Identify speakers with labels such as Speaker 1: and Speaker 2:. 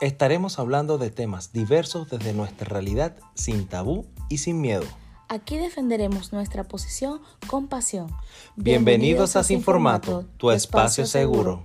Speaker 1: Estaremos hablando de temas diversos desde nuestra realidad, sin tabú y sin miedo.
Speaker 2: Aquí defenderemos nuestra posición con pasión.
Speaker 1: Bienvenidos a Sin Formato, tu espacio seguro.